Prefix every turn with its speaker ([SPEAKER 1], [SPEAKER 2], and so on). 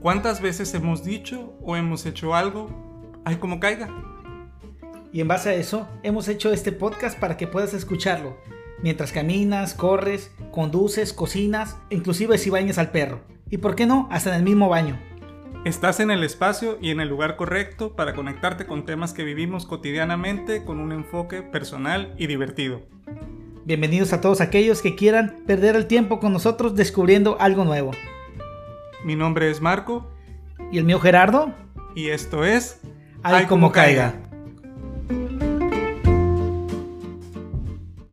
[SPEAKER 1] ¿Cuántas veces hemos dicho o hemos hecho algo? Ay, como caiga.
[SPEAKER 2] Y en base a eso, hemos hecho este podcast para que puedas escucharlo mientras caminas, corres, conduces, cocinas, inclusive si bañas al perro. Y por qué no, hasta en el mismo baño.
[SPEAKER 1] Estás en el espacio y en el lugar correcto para conectarte con temas que vivimos cotidianamente con un enfoque personal y divertido.
[SPEAKER 2] Bienvenidos a todos aquellos que quieran perder el tiempo con nosotros descubriendo algo nuevo.
[SPEAKER 1] Mi nombre es Marco
[SPEAKER 2] Y el mío Gerardo,
[SPEAKER 1] y esto es
[SPEAKER 2] Ay, como caiga.